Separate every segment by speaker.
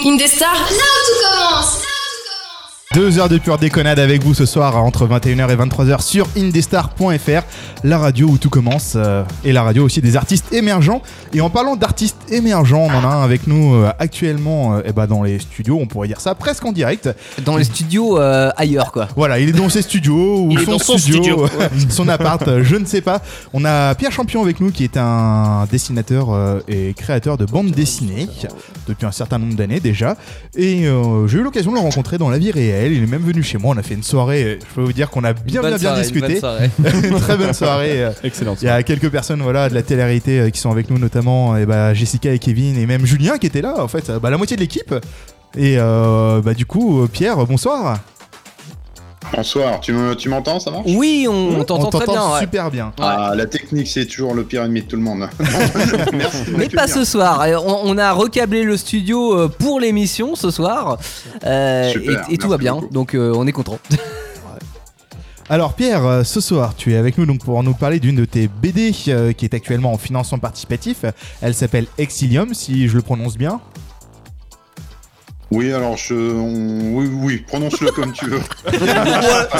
Speaker 1: Indestar,
Speaker 2: Là où tout commence
Speaker 3: Deux heures de pure déconnade avec vous ce soir entre 21h et 23h sur indestar.fr, la radio où tout commence euh, et la radio aussi des artistes émergents. Et en parlant d'artistes émergents, on en a un avec nous euh, actuellement euh, eh ben, dans les studios, on pourrait dire ça presque en direct.
Speaker 4: Dans les studios euh, ailleurs, quoi.
Speaker 3: Voilà, il est dans ses studios ou
Speaker 5: Il est
Speaker 3: son,
Speaker 5: dans son
Speaker 3: studio,
Speaker 5: studio,
Speaker 3: son appart, euh, je ne sais pas. On a Pierre Champion avec nous qui est un dessinateur euh, et créateur de bande dessinée depuis un certain nombre d'années déjà. Et euh, j'ai eu l'occasion de le rencontrer dans la vie réelle. Il est même venu chez moi. On a fait une soirée. euh, Je peux vous dire qu'on a bien bien,
Speaker 4: Bonne
Speaker 3: bien
Speaker 4: soirée, bonne
Speaker 3: discuté.
Speaker 4: soirée.
Speaker 3: Une très bonne soirée. euh,
Speaker 5: Excellent.
Speaker 3: Il y a quelques personnes voilà, de la télé-réalité euh, qui sont avec nous, notamment eh ben, Jessica et Kevin, et même Julien qui était là, en fait, euh, bah, la moitié de l'équipe. Et euh, bah, du coup, euh, Pierre, bonsoir.
Speaker 6: Bonsoir, tu me- tu m'entends, ça marche
Speaker 4: Oui, on, on t'entend très bien. ouais.
Speaker 3: super bien.
Speaker 6: Ah, la technique, c'est toujours le pire ennemi de tout le monde. Merci. de
Speaker 4: Mais
Speaker 6: m'accueillir.
Speaker 4: pas ce soir. Euh, On, on a recablé le studio euh, pour l'émission ce soir. Euh,
Speaker 6: Super,
Speaker 4: et et tout
Speaker 6: merci
Speaker 4: va bien.
Speaker 6: beaucoup.
Speaker 4: Donc euh, on est content.
Speaker 3: Alors Pierre, euh, ce soir, tu es avec nous donc pour nous parler d'une de tes BD euh, qui est actuellement en financement participatif. Elle s'appelle Exilium, si je le prononce bien.
Speaker 6: Oui, alors je. on- Oui, oui, prononce-le comme tu veux.
Speaker 5: c'est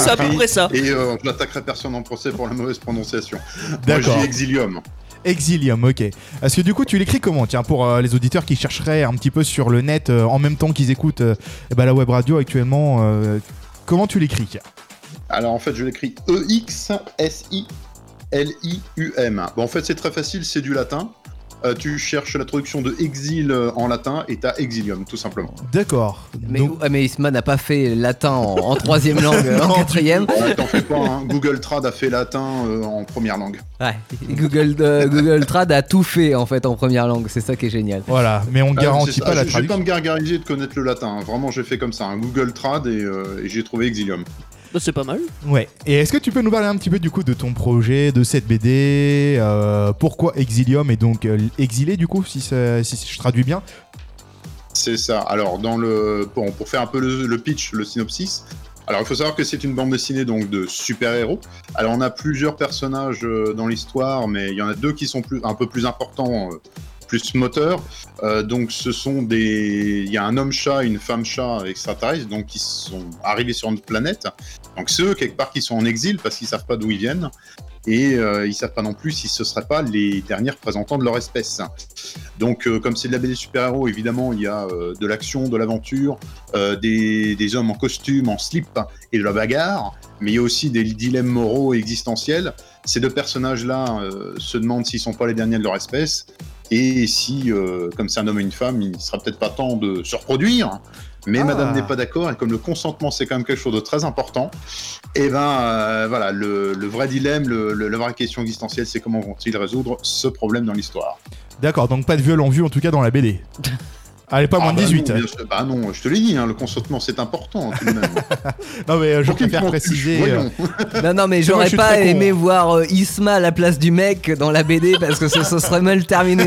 Speaker 5: à peu près ça.
Speaker 6: Et euh, je n'attaquerai personne en procès pour la mauvaise prononciation. Moi, je
Speaker 3: D'accord.
Speaker 6: dis exilium.
Speaker 3: Exilium, ok. Parce que du coup, tu l'écris comment Tiens, pour euh, les auditeurs qui chercheraient un petit peu sur le net euh, en même temps qu'ils écoutent euh, eh ben, la web radio actuellement, euh, comment tu l'écris
Speaker 6: Alors en fait, je l'écris E E-X-S-I-L-I-U-M. Bon, en fait, c'est très facile, c'est du latin. Euh, tu cherches la traduction de exil euh, en latin et t'as exilium, tout simplement.
Speaker 3: D'accord.
Speaker 4: Mais,
Speaker 3: Donc,
Speaker 4: ah, mais Isma n'a pas fait latin en, en troisième langue, euh,
Speaker 3: Non,
Speaker 4: en quatrième.
Speaker 6: Bon, ouais, T'en fais pas, hein. Google Trad a fait latin euh, en première langue.
Speaker 4: Ouais. Google, euh, Google Trad a tout fait en fait en première langue. C'est ça qui est génial.
Speaker 3: voilà, mais on ne
Speaker 6: Ah,
Speaker 3: garantit
Speaker 6: c'est ça.
Speaker 3: pas la
Speaker 6: Je- J'ai pas
Speaker 3: traduction.
Speaker 6: me gargariser de connaître le latin. hein. Vraiment, j'ai fait comme ça. un Google Trad et, euh, et j'ai trouvé Exilium.
Speaker 5: Bah, C'est pas mal.
Speaker 3: Ouais. Et est-ce que tu peux nous parler un petit peu du coup de ton projet, de cette BD euh, Pourquoi Exilium et donc euh, exilé du coup, si, ça- si je traduis bien
Speaker 6: C'est ça. Alors, dans le, bon, pour faire un peu le, le pitch, le synopsis. Alors, il faut savoir que c'est une bande dessinée donc de super-héros. Alors, on a plusieurs personnages euh, dans l'histoire, mais il y en a deux qui sont plus, un peu plus importants, euh, plus moteurs. Euh, donc, ce sont des, il y a un homme chat, une femme chat extraterrestre, donc qui sont arrivés sur notre planète. Donc, ceux quelque part qui sont en exil parce qu'ils savent pas d'où ils viennent. Et euh, ils savent pas non plus si ce ne seraient pas les derniers représentants de leur espèce. Donc, euh, comme c'est de la BD super-héros, évidemment, il y a euh, de l'action, de l'aventure, euh, des, des hommes en costume, en slip hein, et de la bagarre, mais il y a aussi des dilemmes moraux et existentiels. Ces deux personnages-là euh, se demandent s'ils sont pas les derniers de leur espèce et si, euh, comme c'est un homme et une femme, il sera peut-être pas temps de se reproduire. Mais
Speaker 3: Ah.
Speaker 6: Madame n'est pas d'accord et comme le consentement c'est quand même quelque chose de très important, et ben euh, voilà le, le vrai dilemme, le- le- la vraie question existentielle, c'est comment vont-ils résoudre ce problème dans l'histoire.
Speaker 3: D'accord, donc pas de viol en vue en tout cas dans la BD. Allez, pas
Speaker 6: Ah
Speaker 3: moins hein. de
Speaker 6: bah
Speaker 3: 18.
Speaker 6: non, bien sûr. Bah non, je te l'ai dit, hein, le consentement c'est important tout de même.
Speaker 3: Non mais euh, je
Speaker 6: Pour qu'il
Speaker 3: préfère
Speaker 6: me
Speaker 3: préciser.
Speaker 6: touche,
Speaker 3: euh,
Speaker 6: voyons.
Speaker 4: Non, non, mais
Speaker 3: Moi, je
Speaker 4: j'aurais
Speaker 3: suis
Speaker 4: pas
Speaker 3: très con,
Speaker 4: aimé
Speaker 3: hein.
Speaker 4: voir euh, Isma à la place du mec dans la BD parce que ça, ça serait mal terminé.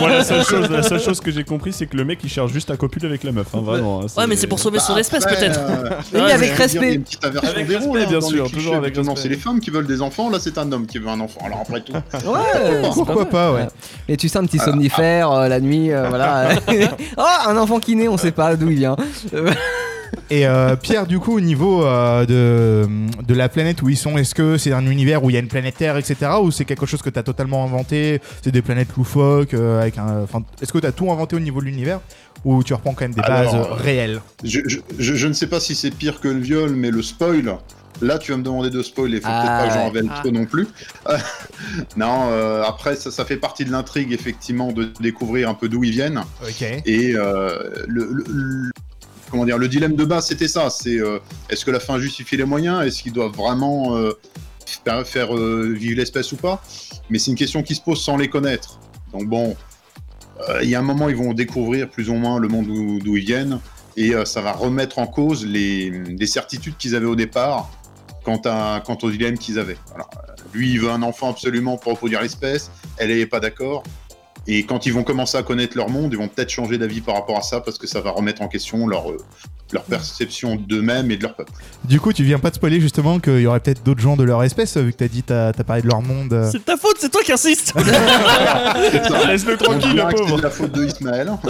Speaker 5: Voilà,
Speaker 7: la seule chose, la seule chose que j'ai compris, c'est que le mec il cherche juste à copuler avec la meuf. hein, vraiment, hein,
Speaker 5: Ouais, mais c'est pour sauver son
Speaker 6: Bah,
Speaker 5: espèce
Speaker 6: après,
Speaker 5: peut-être.
Speaker 6: euh,
Speaker 4: Mais
Speaker 5: Ouais,
Speaker 4: avec
Speaker 6: je veux dire, il y a
Speaker 4: respect.
Speaker 6: une petite inversion
Speaker 7: Avec
Speaker 6: des
Speaker 7: respect,
Speaker 6: rôles, hein,
Speaker 7: bien
Speaker 6: dans
Speaker 7: sûr,
Speaker 6: les clichés,
Speaker 7: toujours avec
Speaker 6: évidemment,
Speaker 7: respect.
Speaker 6: c'est les femmes qui veulent des enfants, là c'est un homme qui veut un enfant. Alors après tout,
Speaker 4: Ouais, c'est
Speaker 3: Pourquoi pas, ouais.
Speaker 4: Et tu sens un petit somnifère euh, la nuit, euh, voilà. oh, un enfant qui naît, on sait pas d'où il vient.
Speaker 3: Et euh, Pierre, du coup, au niveau euh, de, de la planète où ils sont, est-ce que c'est un univers où il y a une planète Terre, etc. Ou c'est quelque chose que t'as totalement inventé C'est des planètes loufoques euh, avec un... enfin, Est-ce que t'as tout inventé au niveau de l'univers Ou tu reprends quand même des
Speaker 6: Alors,
Speaker 3: bases euh,
Speaker 6: euh,
Speaker 3: réelles
Speaker 6: je, je- je- je ne sais pas si c'est pire que le viol, mais le spoil. Là, tu vas me demander de spoil et faut
Speaker 4: Ah,
Speaker 6: peut-être pas que j'en
Speaker 4: ouais.
Speaker 6: révèle trop non plus. non, euh, après, ça, ça fait partie de l'intrigue, effectivement, de découvrir un peu d'où ils viennent.
Speaker 3: Ok.
Speaker 6: Et euh, le, le- le- comment dire, le dilemme de base, c'était ça. C'est euh, est-ce que la fin justifie les moyens Est-ce qu'ils doivent vraiment euh, faire, faire, euh, vivre l'espèce ou pas Mais c'est une question qui se pose sans les connaître. Donc bon, euh, il y a un moment, ils vont découvrir plus ou moins le monde où- d'où ils viennent, et euh, ça va remettre en cause les, les certitudes qu'ils avaient au départ quant, à, quant au dilemme qu'ils avaient. Voilà. Lui, il veut un enfant absolument pour reproduire l'espèce, elle n'est pas d'accord. Et quand ils vont commencer à connaître leur monde, ils vont peut-être changer d'avis par rapport à ça parce que ça va remettre en question leur, euh, leur perception d'eux-mêmes et de leur peuple.
Speaker 3: Du coup, tu viens pas de spoiler justement qu'il y aurait peut-être d'autres gens de leur espèce, euh, vu que t'as dit, t'as t'as parlé de leur monde. euh.
Speaker 5: C'est de ta faute, c'est toi qui insiste.
Speaker 6: C'est ça.
Speaker 7: Laisse-le
Speaker 6: On
Speaker 7: tranquille,
Speaker 6: dira
Speaker 7: le
Speaker 6: que Ah, c'est
Speaker 7: pauvre.
Speaker 6: de la faute de Ismaël. Ah,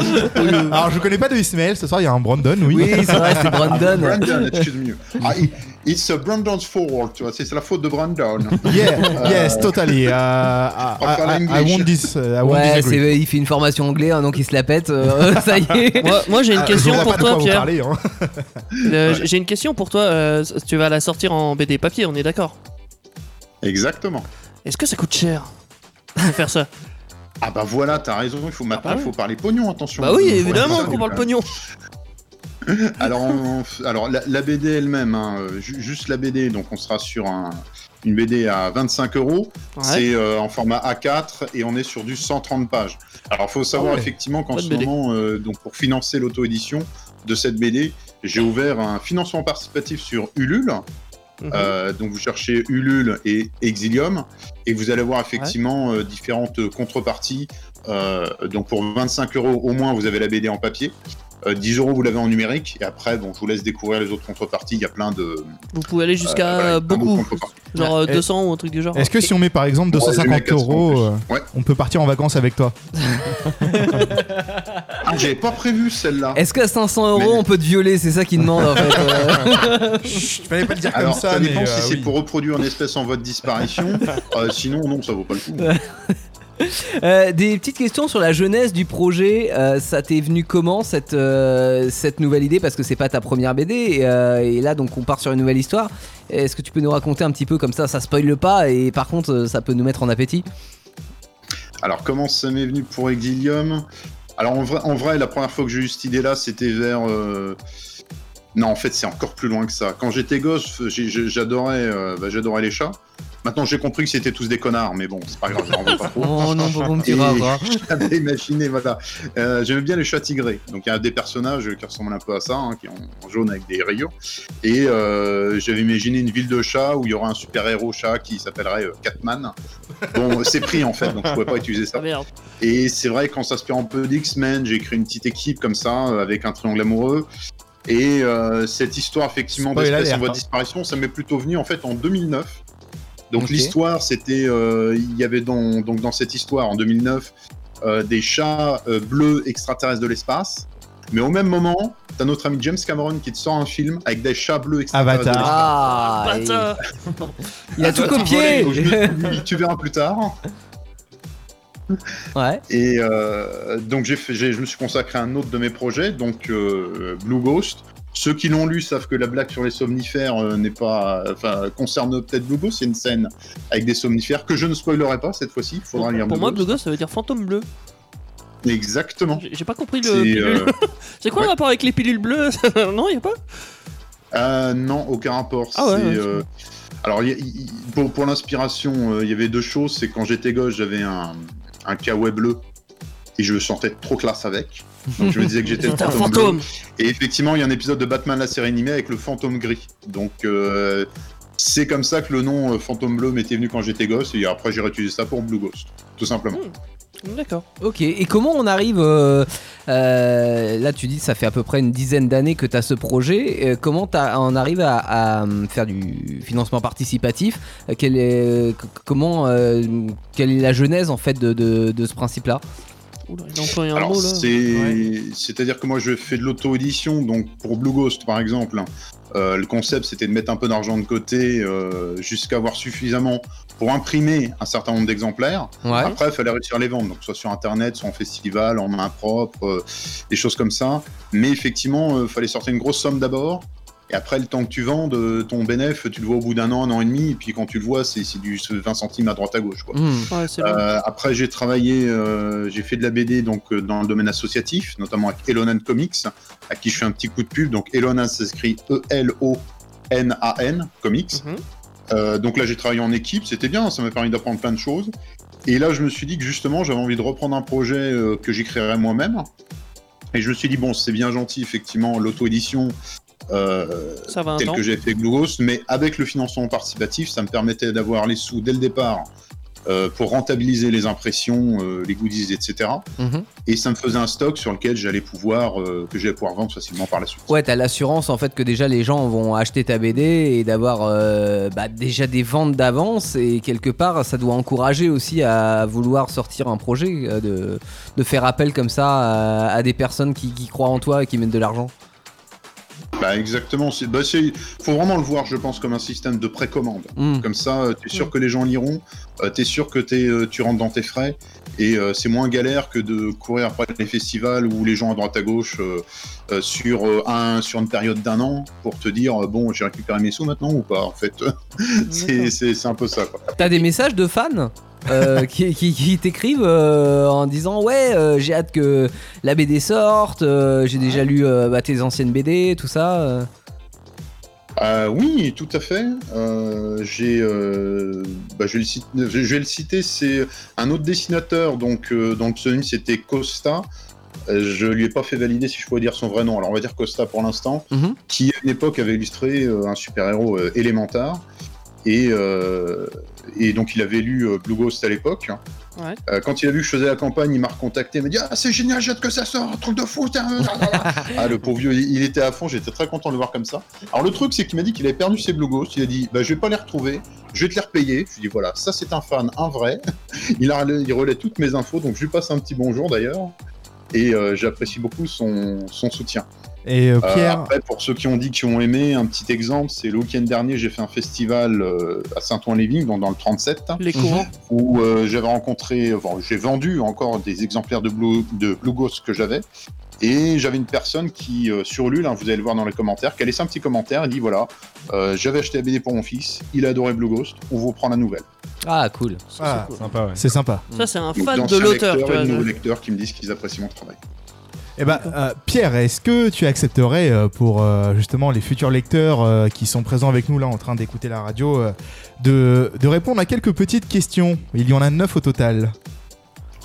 Speaker 3: Alors, je connais pas de Ismaël, ce soir il y a un Brandon, oui.
Speaker 4: Oui, c'est vrai, c'est Brandon.
Speaker 6: Brandon, excuse-moi. Ah, i- it's a Brandon's forward, tu vois, c'est c'est la faute de Brandon.
Speaker 3: Yeah, yes, totally. Uh, I, I- I won't dis- uh, I won't
Speaker 4: Ouais,
Speaker 3: disagree.
Speaker 4: c'est- il fait une formation anglais, hein, donc il se la pète, euh, ça y est.
Speaker 5: moi, moi, j'ai une
Speaker 3: Ah,
Speaker 5: question
Speaker 3: je vois
Speaker 5: pour
Speaker 3: pas de quoi
Speaker 5: toi,
Speaker 3: vous
Speaker 5: Pierre.
Speaker 3: parlez, hein.
Speaker 5: Euh, J'ai une question pour toi. euh, tu vas la sortir en BD papier, on est d'accord
Speaker 6: Exactement.
Speaker 5: Est-ce que ça coûte cher de faire ça
Speaker 6: Ah bah voilà, t'as raison, il faut maintenant,
Speaker 5: Ah bah
Speaker 6: faut parler pognon, attention.
Speaker 5: Bah oui,
Speaker 6: Faut
Speaker 5: évidemment
Speaker 6: faire ça,
Speaker 5: qu'on parle
Speaker 6: euh,
Speaker 5: pognon.
Speaker 6: Alors, on- alors la, la BD elle-même, hein, euh, ju- juste la BD, donc on sera sur un- une BD à 25 euros.
Speaker 5: Ouais.
Speaker 6: C'est euh, en format A4 et on est sur du 130 pages. Alors, faut savoir
Speaker 3: Ah ouais.
Speaker 6: effectivement qu'en
Speaker 5: Bonne
Speaker 6: ce
Speaker 5: BD.
Speaker 6: moment, euh, donc pour financer l'auto-édition de cette BD, j'ai ouvert un financement participatif sur Ulule.
Speaker 5: Mhm.
Speaker 6: Euh, donc vous cherchez Ulule et Exilium et vous allez voir effectivement euh, différentes contreparties. Euh, donc pour 25 euros au moins, vous avez la BD en papier. Euh, 10 euros, vous l'avez en numérique. Et après, bon, je vous laisse découvrir les autres contreparties. Il y a plein de.
Speaker 5: Vous pouvez aller jusqu'à
Speaker 6: euh, voilà, plein d'autres
Speaker 5: Euh, beaucoup,
Speaker 6: contreparties.
Speaker 5: genre euh,
Speaker 3: Et-
Speaker 5: 200 ou un truc du genre.
Speaker 3: Est-ce que si on met par exemple
Speaker 6: Ouais, Oh, j'ai mis à
Speaker 3: 250
Speaker 6: 400
Speaker 3: euros,
Speaker 6: en plus. Ouais.
Speaker 3: euh, on peut partir en vacances avec toi
Speaker 6: Ah, j'avais pas prévu celle-là.
Speaker 4: Est-ce qu'à 500 euros,
Speaker 6: Mais-
Speaker 4: on peut te violer C'est ça qu'il demande en fait. euh.
Speaker 3: Je fallait pas le dire
Speaker 6: Alors, ça, euh, dépend
Speaker 3: euh,
Speaker 6: si c'est pour reproduire une espèce en voie de disparition. Euh, sinon, non, ça vaut pas le coup.
Speaker 4: Euh, des petites questions sur la jeunesse du projet. Euh, ça t'est venu comment cette, euh, cette nouvelle idée Parce que c'est pas ta première BD. Et, euh, et là, donc, on part sur une nouvelle histoire. Est-ce que tu peux nous raconter un petit peu comme ça Ça spoile pas. Et par contre, euh, ça peut nous mettre en appétit.
Speaker 6: Alors, comment ça m'est venu pour Exilium Alors, en vrai, en vrai, la première fois que j'ai eu cette idée-là, c'était vers. euh, Non, en fait, c'est encore plus loin que ça. Quand j'étais gosse, j'ai- j'ai- j'adorais euh, bah, j'adorais les chats. Maintenant, j'ai compris que c'était tous des connards, mais bon, c'est pas grave, j'en veux pas trop.
Speaker 4: Oh non, faut qu'on me
Speaker 6: Et
Speaker 4: dira, quoi.
Speaker 6: j'avais imaginé, voilà. Euh, J'aimais bien les chats tigrés. Donc il y a des personnages qui ressemblent un peu à ça, hein, qui ont en jaune avec des rayures. Et euh, j'avais imaginé une ville de chats où il y aurait un super-héros chat qui s'appellerait euh, Catman. Bon, c'est pris en fait, donc je pouvais pas utiliser ça.
Speaker 5: Ah merde.
Speaker 6: Et c'est vrai qu'en s'inspirant un peu d'X-Men, j'ai créé une petite équipe comme ça, euh, avec un triangle amoureux. Et euh, cette histoire, effectivement,
Speaker 3: Spoil
Speaker 6: d'espèce en
Speaker 3: alert,
Speaker 6: voie de
Speaker 3: hein.
Speaker 6: disparition, ça m'est plutôt venu en fait en 2009. Donc
Speaker 4: Ok.
Speaker 6: l'histoire, c'était, euh, il y avait dans, donc dans cette histoire en 2009 euh, des chats euh, bleus extraterrestres de l'espace. Mais au même moment, t'as notre ami James Cameron qui te sort un film avec des chats bleus extraterrestres. de
Speaker 3: Avatar.
Speaker 6: l'espace.
Speaker 4: Ah,
Speaker 5: Ah,
Speaker 4: il-
Speaker 5: bâtard.
Speaker 4: il a tout
Speaker 6: Avatar,
Speaker 4: copié.
Speaker 6: voilà, donc je me suis dit, Tu verras plus tard.
Speaker 4: ouais.
Speaker 6: Et euh, donc j'ai fait- j'ai- je me suis consacré à un autre de mes projets, donc euh, Blue Ghost. Ceux qui l'ont lu savent que la blague sur les somnifères euh, n'est pas, enfin, concerne peut-être Blue Ghost. C'est une scène avec des somnifères que je ne spoilerai pas cette fois-ci.
Speaker 5: Pour,
Speaker 6: Faudra lire
Speaker 5: pour
Speaker 6: Blue
Speaker 5: moi,
Speaker 6: Ghost.
Speaker 5: Blue Ghost, ça veut dire fantôme bleu.
Speaker 6: Exactement.
Speaker 5: J'ai j'ai pas compris le.
Speaker 6: C'est,
Speaker 5: pilule.
Speaker 6: euh,
Speaker 5: C'est quoi le
Speaker 6: ouais.
Speaker 5: rapport avec les pilules bleues Non, y a pas
Speaker 6: Euh, non, aucun rapport.
Speaker 5: Ah ouais,
Speaker 6: C'est,
Speaker 5: ouais,
Speaker 6: euh, Alors, il y a- il- il- pour, pour l'inspiration, euh, il y avait deux choses. C'est quand j'étais gosse, j'avais un, un kawaii bleu et je me sentais trop classe avec. Donc, je me disais que j'étais le
Speaker 5: C'est un
Speaker 6: fantôme. bleu.
Speaker 5: fantôme.
Speaker 6: Et effectivement, il y a un épisode de Batman la série animée avec le fantôme gris. Donc euh, c'est comme ça que le nom euh, fantôme bleu m'était venu quand j'étais gosse et après j'ai réutilisé ça pour Blue Ghost, tout
Speaker 5: Mmh,
Speaker 6: simplement.
Speaker 5: D'accord.
Speaker 4: Ok, et comment on arrive euh, euh, Là, tu dis ça fait à peu près une dizaine d'années que tu as ce projet. euh, comment t'as- on arrive à, à, euh, faire du financement participatif Euh, quel est, c- comment, euh, Quelle est la genèse en fait de, de- de ce principe-là
Speaker 5: Oula, il a employé un
Speaker 6: Alors
Speaker 5: mot là.
Speaker 6: c'est c'est-à-dire que moi je fais de l'auto-édition, donc pour Blue Ghost par exemple, hein, euh, le concept c'était de mettre un peu d'argent de côté euh, jusqu'à avoir suffisamment pour imprimer un certain nombre d'exemplaires.
Speaker 4: Ouais.
Speaker 6: Après, il fallait réussir à les vendre, donc soit sur internet, soit en festival, en main propre, euh, des choses comme ça. Mais effectivement, il fallait sortir une grosse somme d'abord. Et après, le temps que tu vendes, euh, ton bénéf, tu le vois au bout d'un an, un an et demi. Et puis quand tu le vois, c'est c'est du 20 centimes à droite à gauche. Quoi.
Speaker 4: Hmm.
Speaker 5: Ouais, c'est long.
Speaker 6: Euh, après, j'ai travaillé, euh, j'ai fait de la BD donc euh, dans le domaine associatif, notamment avec Elonan Comics, à qui je fais un petit coup de pub. Donc Elonan s'inscrit E L O N A N Comics.
Speaker 5: Mhm.
Speaker 6: Euh, donc là, j'ai travaillé en équipe, c'était bien, ça m'a permis d'apprendre plein de choses. Et là, je me suis dit que justement, j'avais envie de reprendre un projet euh, que j'écrirais moi-même. Et je me suis dit bon, c'est bien gentil, effectivement, l'auto-édition. euh,
Speaker 5: Ça va un
Speaker 6: tel
Speaker 5: temps.
Speaker 6: que j'ai fait avec Blue Ghost, mais avec le financement participatif, ça me permettait d'avoir les sous dès le départ euh, pour rentabiliser les impressions, euh, les goodies, etc.
Speaker 4: Mhm.
Speaker 6: Et ça me faisait un stock sur lequel j'allais pouvoir, euh, que j'allais pouvoir vendre facilement par la suite.
Speaker 4: Ouais, t'as l'assurance en fait que déjà les gens vont acheter ta BD et d'avoir euh, bah, déjà des ventes d'avance et quelque part ça doit encourager aussi à vouloir sortir un projet, euh, de, de faire appel comme ça à, à des personnes qui, qui croient en toi et qui mettent de l'argent.
Speaker 6: Bah exactement. C'est, bah c'est- faut vraiment le voir, je pense, comme un système de précommande.
Speaker 4: Hmm.
Speaker 6: Comme ça, euh, t'es sûr que les gens liront, euh, t'es sûr que t'es, euh, tu rentres dans tes frais, et euh, c'est moins galère que de courir après les festivals ou les gens à droite à gauche euh, euh, sur euh, un sur une période d'un an pour te dire euh, bon j'ai récupéré mes sous maintenant ou pas en fait.
Speaker 5: Mhm.
Speaker 6: c'est, c'est, c'est un peu ça. Quoi.
Speaker 4: T'as des messages de fans euh, qui, qui- qui t'écrivent euh, en disant ouais euh, j'ai hâte que la BD sorte, euh, j'ai déjà lu euh, bah, tes anciennes BD, tout ça. euh.
Speaker 6: Euh, oui, tout à fait. Euh, j'ai, euh, bah, je, vais le cite- je- je vais le citer, c'est un autre dessinateur, donc euh, dont le pseudonyme c'était Costa. Euh, Je lui ai pas fait valider si je pouvais dire son vrai nom. Alors on va dire Costa pour l'instant,
Speaker 4: Mhm.
Speaker 6: qui à une époque avait illustré euh, un super-héros euh, élémentaire. Et, euh, et donc il avait lu euh, Blue Ghost à l'époque.
Speaker 5: Ouais.
Speaker 6: Euh, quand il a vu que je faisais la campagne, il m'a recontacté, il m'a dit Ah, c'est génial, j'ai hâte que ça sorte, truc de fou, t'es un- Ah, le pauvre vieux, il il était à fond, j'étais très content de le voir comme ça. Alors, le truc, c'est qu'il m'a dit qu'il avait perdu ses Blue Ghost, il a dit Bah, je vais pas les retrouver, je vais te les repayer. Je lui ai dit Voilà, ça c'est un fan, un vrai. Il, a, il relaie toutes mes infos, donc je lui passe un petit bonjour d'ailleurs. Et euh, j'apprécie beaucoup son, son soutien.
Speaker 3: Et euh,
Speaker 6: Euh,
Speaker 3: Pierre,
Speaker 6: après, pour ceux qui ont dit qu'ils ont aimé, un petit exemple, c'est le week-end dernier, j'ai fait un festival euh, à Saint-Ouen-les-Vignes, donc dans le 37
Speaker 5: Les courants.
Speaker 6: où euh, j'avais rencontré, enfin, j'ai vendu encore des exemplaires de Blue, de Blue Ghost que j'avais. Et j'avais une personne qui, euh, sur Lul, hein, vous allez le voir dans les commentaires, qui a laissé un petit commentaire et dit voilà, euh, j'avais acheté la BD pour mon fils, il a adoré Blue Ghost, on vous prend la nouvelle.
Speaker 4: Ah cool.
Speaker 3: Ah,
Speaker 5: Ça, c'est cool.
Speaker 7: Sympa, ouais.
Speaker 3: c'est sympa.
Speaker 5: Ça, c'est un
Speaker 6: Mhm. Donc,
Speaker 5: fan de
Speaker 6: d'anciens
Speaker 5: l'auteur. tu
Speaker 6: lecteurs
Speaker 5: vois,
Speaker 6: et de
Speaker 5: de-
Speaker 6: nouveaux lecteurs qui me disent qu'ils apprécient mon travail.
Speaker 3: Eh ben, euh, Pierre, est-ce que tu accepterais euh, pour euh, justement les futurs lecteurs euh, qui sont présents avec nous là en train d'écouter la radio euh, de, de répondre à quelques petites questions Il y en a neuf au total.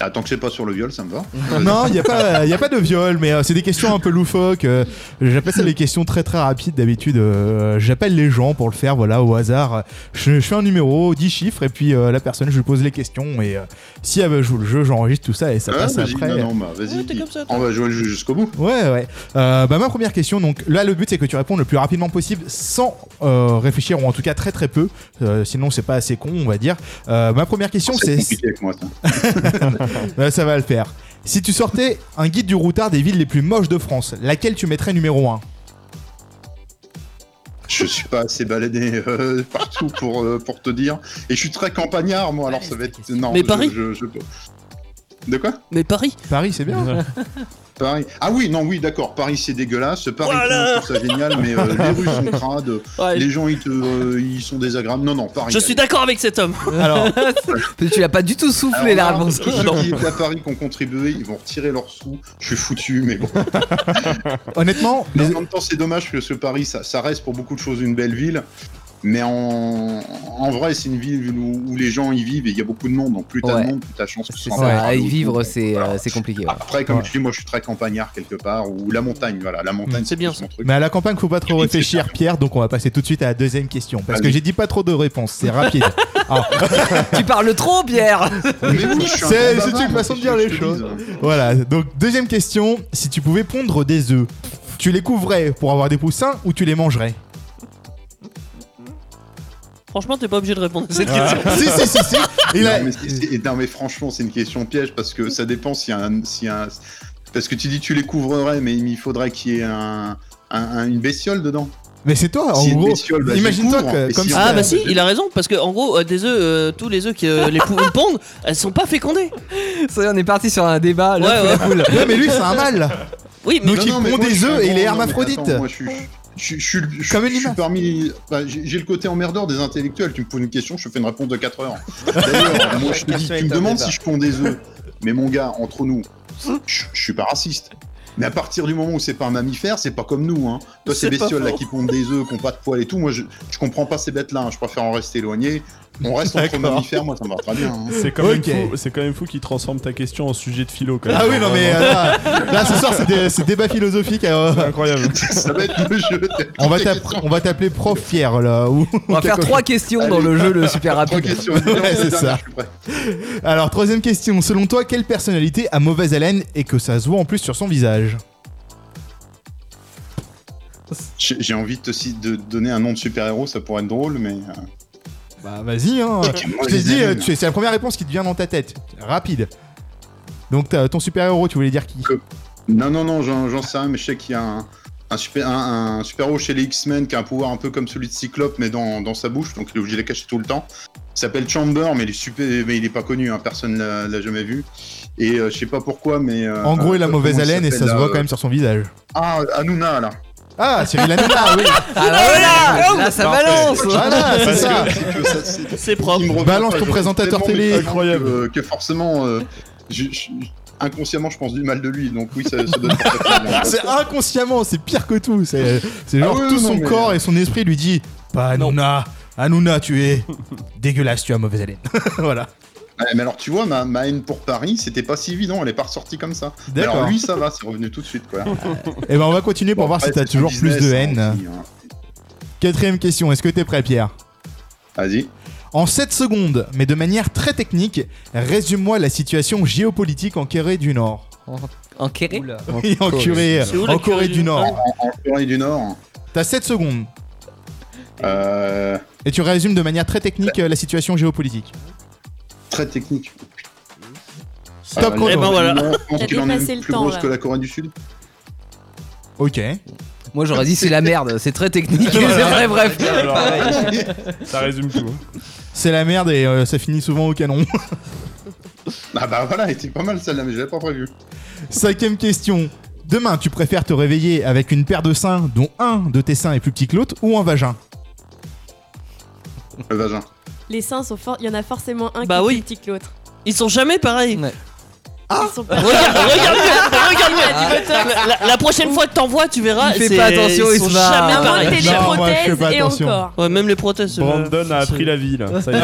Speaker 6: Ah, tant que c'est pas sur le viol, ça me va. Hein,
Speaker 3: Non, il n'y a, pas- y a pas de viol, mais euh, c'est des questions un peu loufoques. euh, J'appelle ça les questions très très rapides d'habitude. euh, J'appelle les gens pour le faire, voilà, au hasard. Je, je fais un numéro, 10 chiffres, et puis euh, la personne, je lui pose les questions. Et euh, si elle joue le jeu, j'enregistre tout ça et ça
Speaker 6: Ah,
Speaker 3: passe
Speaker 6: vas-y,
Speaker 3: après.
Speaker 6: non, non, bah, vas-y.
Speaker 5: Ouais, t'es comme ça, toi.
Speaker 6: on va jouer le jeu jusqu'au bout.
Speaker 3: Ouais, ouais. Euh, bah, ma première question, donc là, le but c'est que tu réponds le plus rapidement possible sans euh, réfléchir, ou en tout cas très très peu. Euh, sinon, c'est pas assez con, on va dire. Euh, ma première question,
Speaker 6: C'est
Speaker 3: c'est.
Speaker 6: compliqué avec moi, ça.
Speaker 3: Ouais, ça va le faire. Si tu sortais un guide du routard des villes les plus moches de France, laquelle tu mettrais numéro 1
Speaker 6: Je suis pas assez baladé euh, partout pour, euh, pour te dire. Et je suis très campagnard, moi, alors ça va être. Non,
Speaker 5: Mais
Speaker 6: je-
Speaker 5: Paris
Speaker 6: je- je- De quoi
Speaker 5: Mais Paris.
Speaker 3: Paris, c'est bien.
Speaker 6: Paris. Ah oui, non, oui, d'accord. Paris, c'est dégueulasse. Paris,
Speaker 5: Voilà.
Speaker 6: tout le monde trouve ça génial, mais euh, les rues sont crades.
Speaker 5: Ouais,
Speaker 6: Les gens, ils, te, euh, ils sont désagréables. Non, non, Paris.
Speaker 5: je suis d'accord avec cet homme.
Speaker 3: Alors,
Speaker 4: tu l'as pas du tout soufflé la
Speaker 6: Alors là,
Speaker 4: réponse.
Speaker 6: Tous
Speaker 4: Non.
Speaker 6: ceux qui étaient à Paris, qui ont contribué, ils vont retirer leurs sous. Je suis foutu, mais bon.
Speaker 3: honnêtement,
Speaker 6: Mais
Speaker 3: les-
Speaker 6: en même temps, c'est dommage parce que Paris, ça, ça reste pour beaucoup de choses une belle ville. Mais en, en vrai, c'est une ville où, où les gens y vivent et il y a beaucoup de monde. Donc plus t'as
Speaker 4: Ouais.
Speaker 6: de monde, plus t'as chance que ce
Speaker 4: C'est
Speaker 6: soit un
Speaker 4: ça,
Speaker 6: peu
Speaker 4: à y
Speaker 6: partout.
Speaker 4: vivre c'est
Speaker 6: Voilà.
Speaker 4: euh, c'est compliqué. ouais.
Speaker 6: Après, comme
Speaker 3: Ouais.
Speaker 6: je dis, moi, je suis très campagnard quelque part. Ou la montagne, voilà.
Speaker 4: Mm.
Speaker 6: La montagne,
Speaker 5: C'est bien,
Speaker 6: plus mon truc.
Speaker 3: mais à la campagne, faut pas trop réfléchir, Pierre, donc on va passer tout de suite à la deuxième question. Parce que
Speaker 6: Allez.
Speaker 3: j'ai dit pas trop de réponses, c'est rapide. Alors,
Speaker 4: tu parles trop, Pierre
Speaker 6: Mais oui, je suis un
Speaker 3: C'est-
Speaker 6: grand
Speaker 3: c'est une
Speaker 6: bavard,
Speaker 3: façon de
Speaker 6: qu'est-ce
Speaker 3: dire
Speaker 6: que
Speaker 3: les
Speaker 6: je te
Speaker 3: choses.
Speaker 6: dise
Speaker 3: voilà, donc deuxième question, si tu pouvais pondre des œufs, tu les couvrais pour avoir des poussins ou tu les mangerais
Speaker 5: Franchement, t'es pas obligé de répondre à cette question.
Speaker 3: Si, si, si, si. Il a-
Speaker 6: hein. Non mais, c'est- c'est- non, mais franchement, c'est une question piège parce que ça dépend s'il y a un. s'il y a un- Parce que tu dis tu les couvrerais, mais il faudrait qu'il y ait un, un- un- une bestiole dedans.
Speaker 3: Mais c'est toi, en
Speaker 6: Si une
Speaker 3: gros.
Speaker 6: bestiole, bah, je
Speaker 3: Imagine-toi
Speaker 6: couvre,
Speaker 3: que
Speaker 6: et
Speaker 3: comme
Speaker 6: si
Speaker 3: ça.
Speaker 6: on
Speaker 5: Ah
Speaker 6: Ouais,
Speaker 5: bah si,
Speaker 6: ouais.
Speaker 5: il a raison parce que en gros euh, des œufs, euh, tous les œufs que euh, les poules pondent, elles sont pas fécondées.
Speaker 4: Ça y est, on est parti sur un
Speaker 6: Ah,
Speaker 4: débat. l'œuf
Speaker 5: Ouais,
Speaker 4: ou la poule.
Speaker 3: Ouais, mais lui, c'est un mâle.
Speaker 5: Oui, mais
Speaker 3: Donc il pond
Speaker 6: moi, je
Speaker 3: des
Speaker 6: suis
Speaker 3: œufs
Speaker 6: un
Speaker 3: et il est
Speaker 6: grand- non, mais
Speaker 3: hermaphrodite.
Speaker 6: attends, moi, je suis. Je, je, je, je-
Speaker 3: Comme une
Speaker 6: je suis
Speaker 3: limace.
Speaker 6: parmi. bah, j'ai j'ai le côté emmerdeur des intellectuels. Tu me poses une question, je te fais une réponse de 4 heures. D'ailleurs, moi, je te dis,
Speaker 4: Question
Speaker 6: tu me
Speaker 4: est un
Speaker 6: demandes
Speaker 4: débat.
Speaker 6: si je ponds des œufs. Mais mon gars, entre nous, je, je suis pas raciste. Mais à partir du moment où c'est pas un mammifère, c'est pas comme nous. Hein. Toi, ces
Speaker 5: C'est pas
Speaker 6: bestioles là
Speaker 5: faux.
Speaker 6: qui pondent des œufs, qui ont pas de poils et tout, moi, je, je comprends pas ces bêtes là. Je préfère hein. en rester éloigné. On reste entre
Speaker 3: D'accord.
Speaker 6: mammifères, moi ça me va très bien. hein.
Speaker 7: C'est quand, même
Speaker 3: Ok.
Speaker 7: fou- c'est quand même fou qu'il transforme ta question en sujet de philo. Quand même.
Speaker 3: Ah oui, non mais euh, là, là, ce soir c'est dé- c'est débat philosophique. euh,
Speaker 7: C'est incroyable.
Speaker 6: ça va être le jeu.
Speaker 3: on va t'app- on va t'appeler prof fier là. ou-
Speaker 4: On va faire trois questions dans le jeu le super
Speaker 6: Trois
Speaker 4: rapide.
Speaker 6: questions. Ouais,
Speaker 3: c'est ça.
Speaker 6: hein, Je suis prêt.
Speaker 3: Alors troisième question. Selon toi, quelle personnalité a mauvaise haleine et que ça se voit en plus sur son visage
Speaker 6: J'ai j'ai envie de, aussi de donner un nom de super-héros, ça pourrait être drôle, mais. euh,
Speaker 3: Bah vas-y. Hein. Je t'ai dit, euh, tu- c'est la première réponse qui te vient dans ta tête. Rapide. Donc t'as- ton super héros, tu voulais dire qui
Speaker 6: euh, Non, non, non, j'en j'en sais rien, mais je sais qu'il y a un, un super, un, un super-héros chez les X-Men qui a un pouvoir un peu comme celui de Cyclope, mais dans, dans sa bouche, donc il est obligé de la cacher tout le temps. Il s'appelle Chamber, mais il est, super, mais il est pas connu, hein, personne l'a l'a jamais vu. Et euh, je sais pas pourquoi, mais. euh,
Speaker 3: En gros, il a
Speaker 6: euh,
Speaker 3: mauvaise
Speaker 6: comment il
Speaker 3: haleine et ça
Speaker 6: s'appelle,
Speaker 3: se voit
Speaker 6: euh,
Speaker 3: quand même sur son visage.
Speaker 6: Ah, Hanouna, là.
Speaker 3: Ah, Cyril Hanouna, oui.
Speaker 4: Ah voilà Là ça
Speaker 7: Parfait.
Speaker 4: balance
Speaker 3: Voilà, c'est
Speaker 7: Parce
Speaker 3: ça.
Speaker 6: C'est que ça, c'est-
Speaker 5: C'est
Speaker 6: il
Speaker 5: propre.
Speaker 6: me revient
Speaker 3: Balance
Speaker 6: pas,
Speaker 3: ton
Speaker 6: je-
Speaker 3: présentateur
Speaker 6: tellement
Speaker 3: télé.
Speaker 6: méconnaissant
Speaker 7: Incroyable.
Speaker 6: Que, que forcément, euh, je- je- inconsciemment, je pense du mal de lui, donc oui, ça, ça donne parfaitement.
Speaker 3: Ah, C'est inconsciemment, c'est pire que tout. C'est c'est genre
Speaker 6: Ah oui,
Speaker 3: tout
Speaker 6: oui, non,
Speaker 3: son
Speaker 6: mais-
Speaker 3: corps et son esprit lui dit Pas Hanouna, Hanouna, tu es dégueulasse, tu as mauvaise haleine. voilà.
Speaker 6: Ouais, mais alors, tu vois, ma, ma haine pour Paris, c'était pas si évident, elle est pas ressortie comme ça. Mais
Speaker 3: D'accord.
Speaker 6: Alors, lui, ça va, c'est revenu tout de suite, quoi.
Speaker 3: Et ben on va continuer pour
Speaker 6: Bon,
Speaker 3: voir
Speaker 6: après,
Speaker 3: si t'as
Speaker 6: c'est un
Speaker 3: toujours plus de
Speaker 6: business,
Speaker 3: haine.
Speaker 6: hein, aussi, hein.
Speaker 3: Quatrième question, est-ce que t'es prêt, Pierre
Speaker 6: Vas-y.
Speaker 3: En 7 secondes, mais de manière très technique, résume-moi la situation géopolitique en Corée du Nord.
Speaker 4: En Kéré
Speaker 3: Oui, en, Corée-
Speaker 5: C'est où, la
Speaker 3: en Corée du Nord.
Speaker 6: En Corée du Nord,
Speaker 3: T'as 7 secondes.
Speaker 6: euh,
Speaker 3: Et tu résumes de manière très technique euh, la situation géopolitique.
Speaker 6: très technique.
Speaker 3: Stop
Speaker 6: Euh,
Speaker 3: chrono.
Speaker 5: Eh ben, voilà.
Speaker 6: non, Je pense
Speaker 1: T'as
Speaker 6: qu'il en
Speaker 1: dépassé
Speaker 6: est
Speaker 1: le
Speaker 6: plus
Speaker 1: temps,
Speaker 6: grosse
Speaker 1: là.
Speaker 6: que la Corée du Sud.
Speaker 3: Ok.
Speaker 4: Moi j'aurais dit c'est la merde, c'est très technique, c'est vrai bref.
Speaker 7: Alors, ça résume tout. hein.
Speaker 3: C'est la merde et euh, ça finit souvent au canon.
Speaker 6: Ah bah voilà, elle était pas mal celle-là, mais je l'avais pas prévu.
Speaker 3: Cinquième question. Demain, tu préfères te réveiller avec une paire de seins dont un de tes seins est plus petit que l'autre ou un vagin
Speaker 6: Le vagin.
Speaker 1: Les seins sont forts, il y en a forcément un
Speaker 5: Bah
Speaker 1: qui
Speaker 5: oui.
Speaker 1: est plus petit que l'autre.
Speaker 5: Ils sont jamais pareils.
Speaker 1: Ils sont pas-
Speaker 5: Regarde, regarde, regarde, regarde. La, la- la prochaine fois que t'en vois, tu verras.
Speaker 4: Ah, Il fait
Speaker 5: c'est-
Speaker 4: pas attention, il
Speaker 5: sont
Speaker 4: se Ah, va.
Speaker 5: jamais
Speaker 1: À moins que
Speaker 5: pareils.
Speaker 1: t'aies des
Speaker 3: Non, moi, je fais
Speaker 1: prothèses
Speaker 3: pas
Speaker 1: et
Speaker 3: attention.
Speaker 1: encore.
Speaker 5: Ouais, même les prothèses. euh,
Speaker 7: Brandon a
Speaker 5: c'est-
Speaker 7: appris la vie là. Ça y est.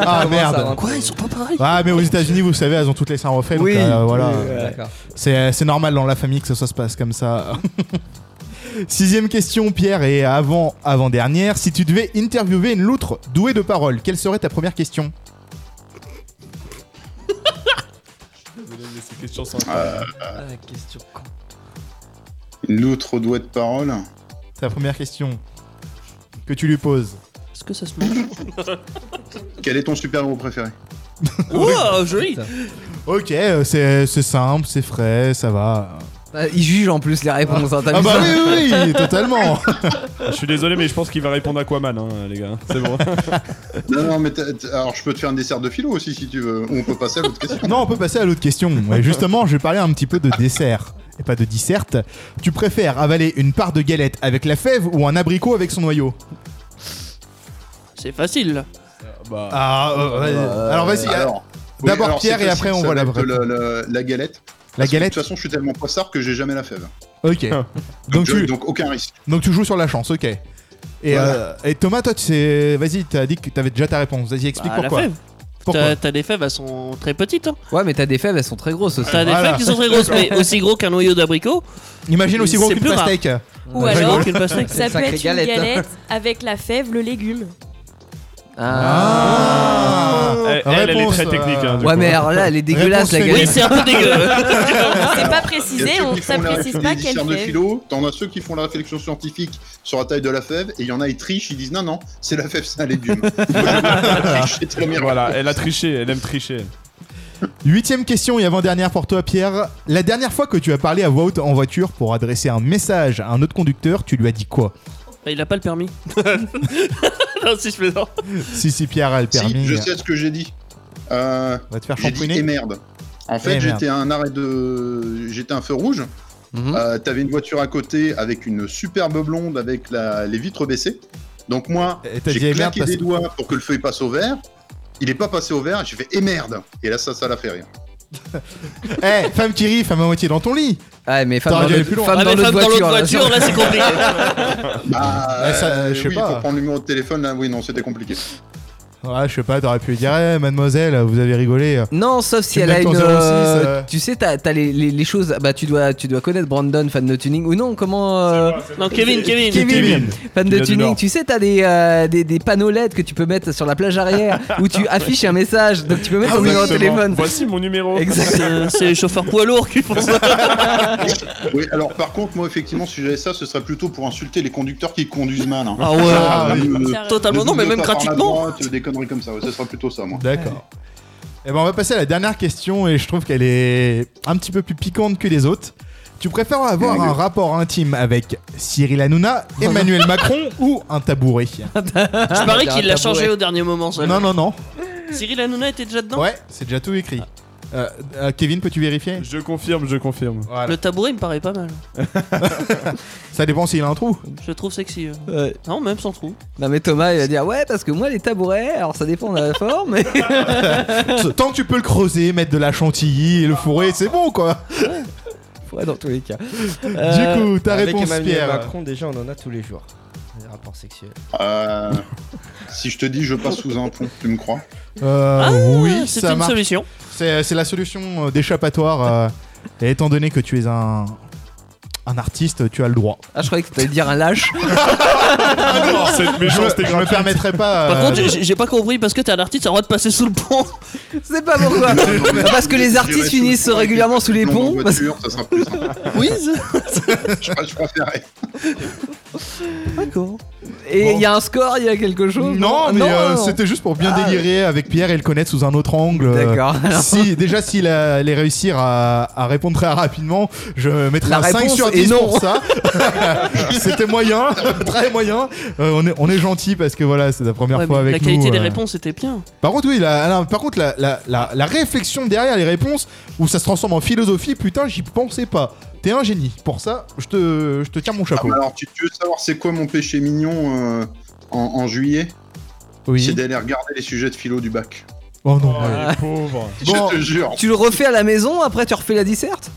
Speaker 3: Ah merde
Speaker 5: Quoi, ils sont pas pareils
Speaker 3: Ah mais aux États-Unis, vous savez, elles ont toutes les seins refaits. donc,
Speaker 4: Oui,
Speaker 3: euh, voilà.
Speaker 4: D'accord.
Speaker 3: C'est euh, c'est normal dans la famille que ça, se passe comme ça. Sixième question, Pierre, et avant avant dernière, si tu devais interviewer une loutre douée de parole, quelle serait ta première question
Speaker 7: Désolé, mais ces questions sont
Speaker 5: question con.
Speaker 6: Une loutre douée de parole.
Speaker 3: Ta première question que tu lui poses.
Speaker 5: Est-ce que ça se mange
Speaker 6: Quel est ton super-héros préféré
Speaker 5: Wow, Oh, joli
Speaker 3: Ok, euh, c'est c'est simple, c'est frais, ça va.
Speaker 4: Ah, Il juge en plus les réponses, hein, t'as
Speaker 3: Ah
Speaker 4: vu
Speaker 3: bah
Speaker 4: ça
Speaker 3: oui, oui, oui, totalement.
Speaker 7: Je suis désolé, mais je pense qu'il va répondre Aquaman, hein, les gars. C'est bon.
Speaker 6: Non, non, mais t'as- t'as- alors je peux te faire un dessert de philo aussi si tu veux. Ou On peut passer à l'autre question.
Speaker 3: Non, on peut passer à l'autre question. Et justement, je vais parler un petit peu de dessert. Et pas de disserte. Tu préfères avaler une part de galette avec la fève ou un abricot avec son noyau
Speaker 5: C'est facile.
Speaker 7: Bah,
Speaker 3: Ah, euh, vas-y.
Speaker 4: Euh,
Speaker 3: alors vas-y.
Speaker 6: Alors, oui,
Speaker 3: D'abord
Speaker 6: alors,
Speaker 3: Pierre
Speaker 6: c'est
Speaker 3: et
Speaker 6: facile,
Speaker 3: après on
Speaker 6: ça
Speaker 3: voit
Speaker 6: va
Speaker 3: la
Speaker 6: être
Speaker 3: vraie.
Speaker 6: la, la- la galette.
Speaker 3: La
Speaker 6: Parce que
Speaker 3: galette
Speaker 6: De toute façon, je suis tellement poissard que j'ai jamais la fève.
Speaker 3: Ok. Donc
Speaker 6: Donc, je-
Speaker 3: tu,
Speaker 6: donc aucun risque.
Speaker 3: donc tu joues sur la chance, ok. Et,
Speaker 6: Voilà.
Speaker 3: euh, et Thomas, toi, tu sais. Vas-y, t'as dit que t'avais déjà ta réponse. Vas-y, explique
Speaker 5: Bah, la
Speaker 3: pourquoi.
Speaker 5: fève.
Speaker 3: Pourquoi
Speaker 5: T'as- T'as des fèves, elles sont très petites. Hein.
Speaker 4: Ouais, mais t'as des fèves, elles sont très grosses aussi.
Speaker 5: T'as des
Speaker 3: Voilà.
Speaker 5: fèves qui sont très grosses, mais aussi gros qu'un noyau d'abricot.
Speaker 3: Imagine aussi gros
Speaker 5: C'est
Speaker 3: qu'une
Speaker 5: plus rare.
Speaker 3: pastèque.
Speaker 1: Ou
Speaker 4: Ouais.
Speaker 5: Très gros
Speaker 1: alors,
Speaker 5: qu'une pastèque.
Speaker 1: ça peut
Speaker 4: Sacrée
Speaker 1: être
Speaker 4: galette, hein.
Speaker 1: une galette avec la fève, le légume.
Speaker 3: Ah,
Speaker 7: elle, elle, elle est
Speaker 3: Réponse,
Speaker 7: très technique. hein, du
Speaker 4: Ouais,
Speaker 7: coup.
Speaker 4: mais alors là, elle est dégueulasse
Speaker 3: Ah. Réponse
Speaker 4: la
Speaker 5: Oui,
Speaker 4: galette.
Speaker 5: c'est un peu dégueu.
Speaker 1: C'est pas
Speaker 6: Il y a
Speaker 1: précisé,
Speaker 6: ceux
Speaker 1: on
Speaker 6: qui font
Speaker 1: ça
Speaker 6: la
Speaker 1: précise pas
Speaker 6: réflexion
Speaker 1: quelle
Speaker 6: de
Speaker 1: fève.
Speaker 6: philo, t'en as ceux qui font la réflexion scientifique sur la taille de la fève, et il y en a, ils trichent, ils disent non, non, c'est la fève, c'est un légume. Moi, je- je suis tombé-
Speaker 7: Voilà, elle a triché, elle aime tricher.
Speaker 3: Huitième question et avant-dernière pour toi, Pierre. La dernière fois que tu as parlé à voix haute en voiture pour adresser un message à un autre conducteur, tu lui as dit quoi
Speaker 5: Bah, il a pas le permis. non, si je plaisante.
Speaker 3: Si, si, Pierre a le
Speaker 6: Si,
Speaker 3: permis,
Speaker 6: je
Speaker 3: euh,
Speaker 6: sais ce que j'ai dit. Euh,
Speaker 3: on va te faire
Speaker 6: j'ai dit
Speaker 3: champouiner.
Speaker 6: et merde. En
Speaker 3: Eh
Speaker 6: fait,
Speaker 3: merde.
Speaker 6: j'étais à un arrêt de. J'étais à un feu rouge.
Speaker 4: Mhm.
Speaker 6: Euh, T'avais une voiture à côté avec une superbe blonde avec la... les vitres baissées. Donc moi,
Speaker 3: Et t'as dit
Speaker 6: j'ai
Speaker 3: eh merde
Speaker 6: claqué
Speaker 3: parce
Speaker 6: des doigts pour que le feu il passe au vert. Il est pas passé au vert, j'ai fait et merde. Et là, ça, ça l'a fait rire.
Speaker 3: Eh, femme qui rit, femme à moitié dans ton lit
Speaker 4: Ah, mais femme
Speaker 3: T'aurais
Speaker 4: dans
Speaker 3: dû aller
Speaker 4: l'autre
Speaker 3: plus loin.
Speaker 4: femme
Speaker 5: ah, mais
Speaker 4: dans l'autre
Speaker 5: femme dans l'autre
Speaker 4: voiture. là,
Speaker 5: voiture, là, c'est compliqué.
Speaker 6: Bah,
Speaker 3: Ouais, ça, je sais
Speaker 6: euh, oui,
Speaker 3: pas.
Speaker 6: faut prendre le numéro de téléphone là, oui, non, c'était compliqué.
Speaker 3: Ouais, Ah, je sais pas, t'aurais pu dire, Eh, mademoiselle, vous avez rigolé.
Speaker 4: Non, sauf si
Speaker 3: Tu
Speaker 4: elle
Speaker 3: mets
Speaker 4: a
Speaker 3: ton
Speaker 4: une.
Speaker 3: 06,
Speaker 4: euh,
Speaker 3: euh.
Speaker 4: Tu sais, t'as t'as les, les- les choses. Bah, tu dois, tu dois connaître Brandon, fan de tuning. Ou non, comment. euh,
Speaker 5: Non, Kevin, Kevin.
Speaker 4: Kevin. fan de
Speaker 7: Villa du
Speaker 4: tuning,
Speaker 7: Nord.
Speaker 4: tu sais, t'as des, euh, des, des panneaux LED que tu peux mettre sur la plage arrière où tu affiches un message. Donc, tu peux mettre ton numéro de téléphone.
Speaker 7: Voici mon numéro.
Speaker 4: Exact.
Speaker 5: C'est c'est les chauffeurs poids lourds qui font ça.
Speaker 6: Oui, alors par contre, moi, effectivement, si j'avais ça, ce serait plutôt pour insulter les conducteurs qui conduisent mal. hein.
Speaker 5: Ah ouais.
Speaker 3: Ah, oui.
Speaker 6: Le- le-
Speaker 5: Totalement,
Speaker 6: le
Speaker 5: non, mais
Speaker 6: double
Speaker 5: même
Speaker 6: pas par la
Speaker 5: gratuitement.
Speaker 6: droite, Des conneries comme ça, ouais, ce sera plutôt ça, moi.
Speaker 3: D'accord. Et ben on va passer à la dernière question et je trouve qu'elle est un petit peu plus piquante que les autres. Tu préfères avoir
Speaker 6: Mon
Speaker 3: un
Speaker 6: Dieu.
Speaker 3: rapport intime avec Cyril Hanouna, Emmanuel Macron ou un tabouret
Speaker 5: Je parie
Speaker 4: T'as un
Speaker 5: qu'il l'a changé
Speaker 4: tabouret.
Speaker 5: au dernier moment. ça.
Speaker 3: Non, non, non.
Speaker 5: Cyril Hanouna était déjà dedans
Speaker 3: Ouais, c'est déjà tout écrit. Euh, euh, Kevin, peux-tu vérifier
Speaker 7: Je confirme, je confirme.
Speaker 3: Voilà.
Speaker 5: Le tabouret il me paraît pas mal.
Speaker 3: Ça dépend s'il a un trou.
Speaker 5: Je le trouve sexy. euh.
Speaker 4: Ouais.
Speaker 5: Non, même sans trou.
Speaker 4: Non, mais Thomas, il va dire Ouais, parce que moi, les tabourets, alors ça dépend de la forme. mais-
Speaker 3: Tant que tu peux le creuser, mettre de la chantilly et le fourrer, c'est bon quoi.
Speaker 4: Ouais, dans tous les cas. Euh,
Speaker 3: du coup, ta
Speaker 2: Euh, Avec
Speaker 3: réponse,
Speaker 2: Emmanuel
Speaker 3: Pierre.
Speaker 2: Macron, déjà, on en a tous les jours. Des rapports sexuels.
Speaker 6: Euh, si je te dis je passe sous un pont, tu me crois
Speaker 3: Euh,
Speaker 5: Ah,
Speaker 3: oui,
Speaker 5: c'est
Speaker 3: ça
Speaker 5: une
Speaker 3: marche.
Speaker 5: solution.
Speaker 3: C'est c'est la solution euh, d'échappatoire. euh, et étant donné que tu es un, un artiste, tu as le droit.
Speaker 4: Ah, je croyais que t'allais dire un lâche.
Speaker 7: Cette
Speaker 3: Mais Ah je,
Speaker 7: méchanceté
Speaker 3: je me
Speaker 7: gratuite.
Speaker 3: permettrai pas.
Speaker 5: Par
Speaker 3: euh,
Speaker 5: contre, j'ai j'ai pas compris parce que t'es un artiste, t'as le droit de passer sous le pont.
Speaker 4: C'est pas pourquoi. Ah, parce que les artistes
Speaker 6: J'irai sous
Speaker 4: finissent
Speaker 6: le pont avec
Speaker 4: régulièrement sous les
Speaker 6: Non, en
Speaker 4: ponts. Bah, parce-
Speaker 6: voiture, ça sera plus simple.
Speaker 5: Oui,
Speaker 6: Je, je préférerais.
Speaker 5: d'accord.
Speaker 4: Et il
Speaker 3: Bon.
Speaker 4: y a un score, il y a quelque chose.
Speaker 3: non, mais euh,
Speaker 4: non.
Speaker 3: c'était juste pour bien
Speaker 4: Ah,
Speaker 3: délirer avec Pierre et le connaître sous un autre angle. euh,
Speaker 4: D'accord.
Speaker 3: Si, déjà, s'il allait réussir à, à répondre très rapidement, je mettrais
Speaker 4: La
Speaker 3: un 5
Speaker 4: réponse
Speaker 3: sur
Speaker 4: est
Speaker 3: 10
Speaker 4: non.
Speaker 3: pour ça. C'était moyen, très moyen. Euh, on, est, on est gentil parce que voilà, c'est la première
Speaker 5: Ouais,
Speaker 3: fois
Speaker 5: mais
Speaker 3: avec
Speaker 5: la qualité
Speaker 3: nous,
Speaker 5: des
Speaker 3: euh.
Speaker 5: réponses était bien.
Speaker 3: Par contre, oui, la, la- par contre, la, la- la- la réflexion derrière les réponses, où ça se transforme en philosophie, putain, j'y pensais pas. T'es un génie. Pour ça, je te, je te tiens mon
Speaker 6: Ah,
Speaker 3: chapeau.
Speaker 6: mais alors, tu, tu veux savoir c'est quoi mon péché mignon euh, en, en juillet C'est
Speaker 3: oui.
Speaker 6: d'aller regarder les sujets de philo du bac.
Speaker 3: Oh non.
Speaker 7: Oh, les pauvres.
Speaker 3: Bon.
Speaker 6: Je te jure.
Speaker 4: Tu le refais à la maison, après tu refais la disserte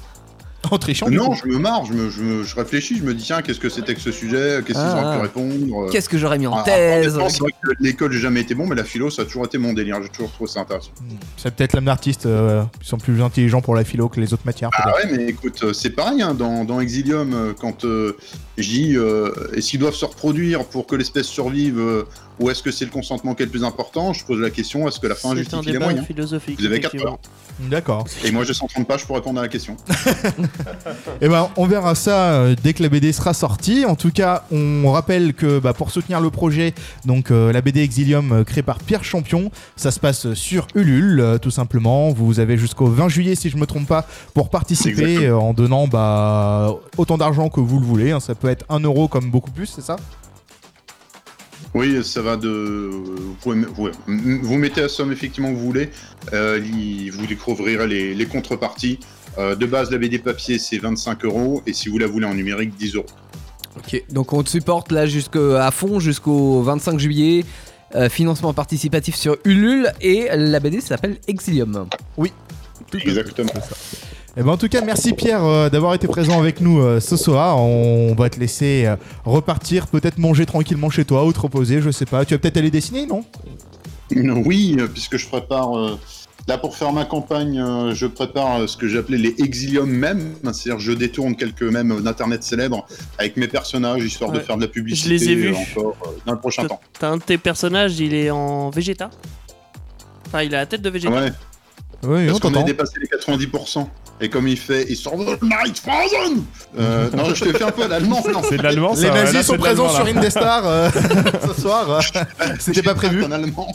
Speaker 3: En trichant. du
Speaker 6: Non,
Speaker 3: coup.
Speaker 6: je me marre, je, me, je, me- je réfléchis, je me dis tiens, qu'est-ce que c'était que ce sujet Qu'est-ce
Speaker 4: Ah,
Speaker 6: qu'ils auraient
Speaker 4: ah.
Speaker 6: pu répondre
Speaker 4: Qu'est-ce que j'aurais mis en
Speaker 6: Ah,
Speaker 4: thèse
Speaker 6: honnêtement, c'est vrai que l'école, j'ai jamais été bon, mais la philo, ça a toujours été mon délire. J'ai toujours trouvé ça intéressant.
Speaker 3: C'est peut-être l'âme d'artiste. euh, ils sont plus intelligents pour la philo que les autres matières.
Speaker 6: Ah
Speaker 3: peut-être.
Speaker 6: ouais, mais écoute, euh, c'est pareil hein, dans, dans Exilium, euh, quand euh, je dis euh, est-ce qu'ils doivent se reproduire pour que l'espèce survive euh, ou est-ce que c'est le consentement qui est le plus important Je pose la question est-ce que la fin
Speaker 5: C'est un
Speaker 6: justifie les
Speaker 5: débat
Speaker 6: moyens
Speaker 5: philosophique.
Speaker 6: hein. Vous avez quatre
Speaker 5: effectivement.
Speaker 3: D'accord.
Speaker 6: Et moi, j'ai 130 pages pour répondre à la question.
Speaker 3: Eh ben, on verra ça euh, dès que la BD sera sortie. En tout cas, on rappelle que bah, pour soutenir le projet, donc euh, la BD Exilium euh, créée par Pierre Champion, ça se passe sur Ulule, euh, tout simplement. Vous avez jusqu'au 20 juillet, si je me trompe pas, pour participer
Speaker 6: Exactement.
Speaker 3: euh, en donnant bah, autant d'argent que vous le voulez. hein. Ça peut être 1 euro comme beaucoup plus, c'est ça
Speaker 6: Oui, ça va de. Vous, pouvez me- vous- vous mettez la somme effectivement que vous voulez. Euh, il- vous découvrirez les, les contreparties. Euh, de base, la BD papier, c'est 25 euros. Et si vous la voulez en numérique, 10 euros.
Speaker 4: Ok, donc on te supporte là jusqu'à fond, jusqu'au 25 juillet. Euh, financement participatif sur Ulule et la BD s'appelle Exilium.
Speaker 6: Exactement.
Speaker 3: Eh ben, en tout cas, merci Pierre euh, d'avoir été présent avec nous euh, ce soir. On va te laisser euh, repartir, peut-être manger tranquillement chez toi ou te reposer, je sais pas. Tu vas peut-être aller dessiner, non
Speaker 6: Oui, euh, puisque je prépare. euh, Là, pour faire ma campagne, euh, je prépare euh, ce que j'appelais les exilium mèmes. C'est-à-dire, je détourne quelques mèmes d'internet célèbres avec mes personnages, histoire de
Speaker 5: Ouais.
Speaker 6: faire de la publicité.
Speaker 5: les ai vus.
Speaker 6: euh, encore euh, dans le prochain temps.
Speaker 5: T'as un de tes personnages, il est en Vegeta. Enfin, il a la tête de Vegeta.
Speaker 6: Ouais,
Speaker 3: Oui,
Speaker 6: Parce qu'on a
Speaker 3: t'entend.
Speaker 6: dépassé les 90%. Et comme il fait, il survole Marit Frozen euh, Non, je te fais un peu l'allemand, non
Speaker 7: C'est de l'allemand, ça.
Speaker 3: Les nazis
Speaker 7: Là, c'est
Speaker 3: sont
Speaker 7: de
Speaker 3: présents
Speaker 7: l'allemand, là.
Speaker 3: sur Indestar euh, ce soir. euh, C'était pas prévu.
Speaker 6: un allemand.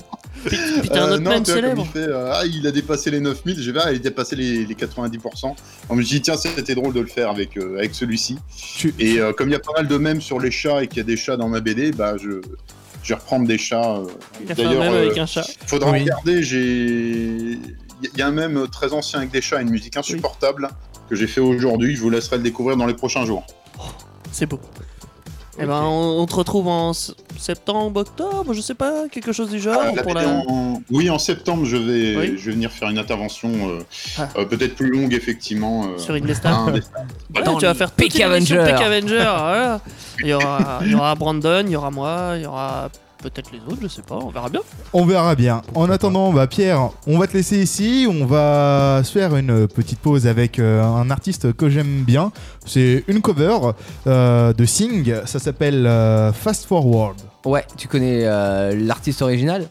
Speaker 5: Puis t'as un
Speaker 6: Euh,
Speaker 5: autre
Speaker 6: non,
Speaker 5: mème
Speaker 6: tu vois, comme
Speaker 5: célèbre.
Speaker 6: il fait, euh, ah, il a dépassé les 9000, j'ai vu, ah, il a dépassé les, les 90%. On me dit, tiens, c'était drôle de le faire avec, euh, avec celui-ci.
Speaker 3: Tu-
Speaker 6: Et euh, comme il y a pas mal de mèmes sur les chats et qu'il y a des chats dans ma BD, bah, je, je vais reprendre des chats. euh.
Speaker 5: Il a fait un
Speaker 6: D'ailleurs,
Speaker 5: mème
Speaker 6: euh,
Speaker 5: avec un chat.
Speaker 6: faudra
Speaker 3: Oui.
Speaker 6: regarder, j'ai. Il y a un mème très ancien avec des chats et une musique insupportable que j'ai fait aujourd'hui. Je vous laisserai le découvrir dans les prochains jours.
Speaker 5: C'est beau. Et ben, on, on te retrouve en s- septembre, octobre, je sais pas, quelque chose du genre.
Speaker 6: Ah, la
Speaker 5: pour
Speaker 6: BD
Speaker 5: la...
Speaker 6: en- Oui, en septembre, je vais,
Speaker 5: Oui.
Speaker 6: je vais venir faire une intervention euh,
Speaker 5: Ah.
Speaker 6: euh, peut-être plus longue, effectivement. euh,
Speaker 5: Sur Indestar.
Speaker 6: hein, des-
Speaker 5: Ouais,
Speaker 4: Dans
Speaker 5: tu vas
Speaker 4: les
Speaker 5: faire toute
Speaker 4: Peak
Speaker 5: une émission
Speaker 4: Avenger.
Speaker 5: Peak Avenger, voilà. Il y aura, il y aura Brandon, il y aura moi, il y aura peut-être les autres, je sais pas, on verra bien.
Speaker 3: On verra bien. En attendant, bah, Pierre, on va te laisser ici. On va se faire une petite pause avec euh, un artiste que j'aime bien. C'est une cover euh, de Sing. Ça s'appelle euh, Fast Forward.
Speaker 4: Ouais, tu connais euh, l'artiste original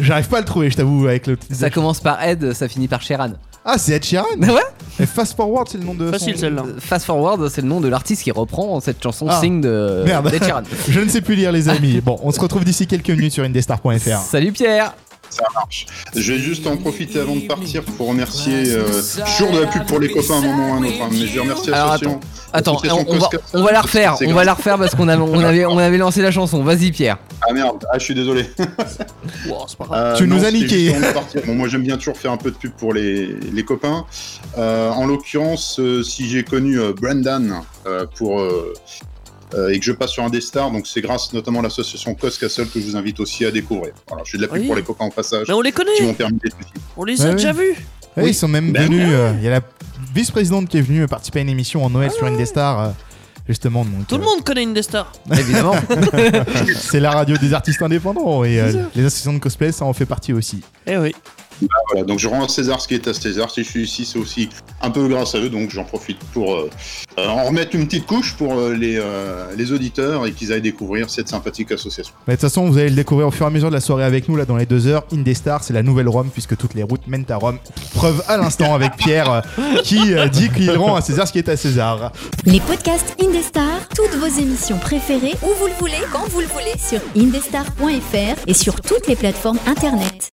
Speaker 3: J'arrive pas à le trouver, je t'avoue, avec le.
Speaker 4: Ça commence par Ed, ça finit par Sheeran.
Speaker 3: Ah, c'est Ed Sheeran
Speaker 4: Ouais.
Speaker 3: Et Fast Forward, c'est le nom de. son-
Speaker 5: Facile celle-là.
Speaker 4: Euh, Fast Forward, c'est le nom de l'artiste qui reprend cette chanson
Speaker 3: Ah.
Speaker 4: Sing de
Speaker 3: Merde.
Speaker 4: d'Ed Sheeran.
Speaker 3: Je ne sais plus lire, les amis. Bon, on se retrouve d'ici quelques minutes sur indestar.fr.
Speaker 4: Salut Pierre
Speaker 6: Ça marche. Je vais juste en profiter avant de partir pour remercier. euh, toujours de la pub pour les copains à un moment ou à un autre, hein, mais je vais remercier
Speaker 4: Alors,
Speaker 6: l'association.
Speaker 4: Attends,
Speaker 6: L'association
Speaker 4: on, on va,
Speaker 6: Cosca-
Speaker 4: on va la refaire,
Speaker 6: C'est
Speaker 4: on va
Speaker 6: grave.
Speaker 4: la refaire parce qu'on a- on avait, on avait lancé la chanson. Vas-y Pierre.
Speaker 6: Ah merde, ah, je suis désolé.
Speaker 5: Wow, c'est pas grave.
Speaker 6: Euh,
Speaker 3: Tu nous as
Speaker 6: c'était
Speaker 3: niqué.
Speaker 6: juste avant de partir. Bon, moi, j'aime bien toujours faire un peu de pub pour les, les copains. Euh, en l'occurrence, euh, si j'ai connu euh, Brendan euh, pour, euh, euh, et que je passe sur un des stars, donc c'est grâce notamment à l'association Cos Castle que je vous invite aussi à découvrir. Voilà, je fais de la pub
Speaker 5: Oui.
Speaker 6: pour les copains au passage
Speaker 5: Mais on les
Speaker 6: qui
Speaker 5: connaît,
Speaker 6: m'ont permis d'être ici.
Speaker 5: on les
Speaker 3: Ouais,
Speaker 5: a
Speaker 3: ouais.
Speaker 5: déjà vus.
Speaker 3: Ouais, Ah Ils sont même
Speaker 6: Ben
Speaker 3: venus. euh, Il y a la vice-présidente qui est venue participer à une émission en Noël sur Indestar. euh, justement, donc,
Speaker 5: Ah Tout
Speaker 3: euh,
Speaker 5: le monde connaît Indestar.
Speaker 4: Évidemment.
Speaker 3: C'est la radio des artistes indépendants et euh, les associations de cosplay, ça en fait partie aussi.
Speaker 5: Eh oui.
Speaker 6: Voilà, donc je rends à César ce qui est à César. Si je suis ici, c'est aussi un peu grâce à eux, donc j'en profite pour euh, euh, en remettre une petite couche pour euh, les, euh, les auditeurs et qu'ils aillent découvrir cette sympathique association.
Speaker 3: Mais de toute façon, vous allez le découvrir au fur et à mesure de la soirée avec nous, là, dans les deux heures. Indestar, c'est la nouvelle Rome, puisque toutes les routes mènent à Rome. Preuve à l'instant avec Pierre, euh, qui euh, dit qu'il rend à César ce qui est à César.
Speaker 8: Les podcasts Indestar, toutes vos émissions préférées, où vous le voulez, quand vous le voulez, sur indestar.fr et sur toutes les plateformes internet.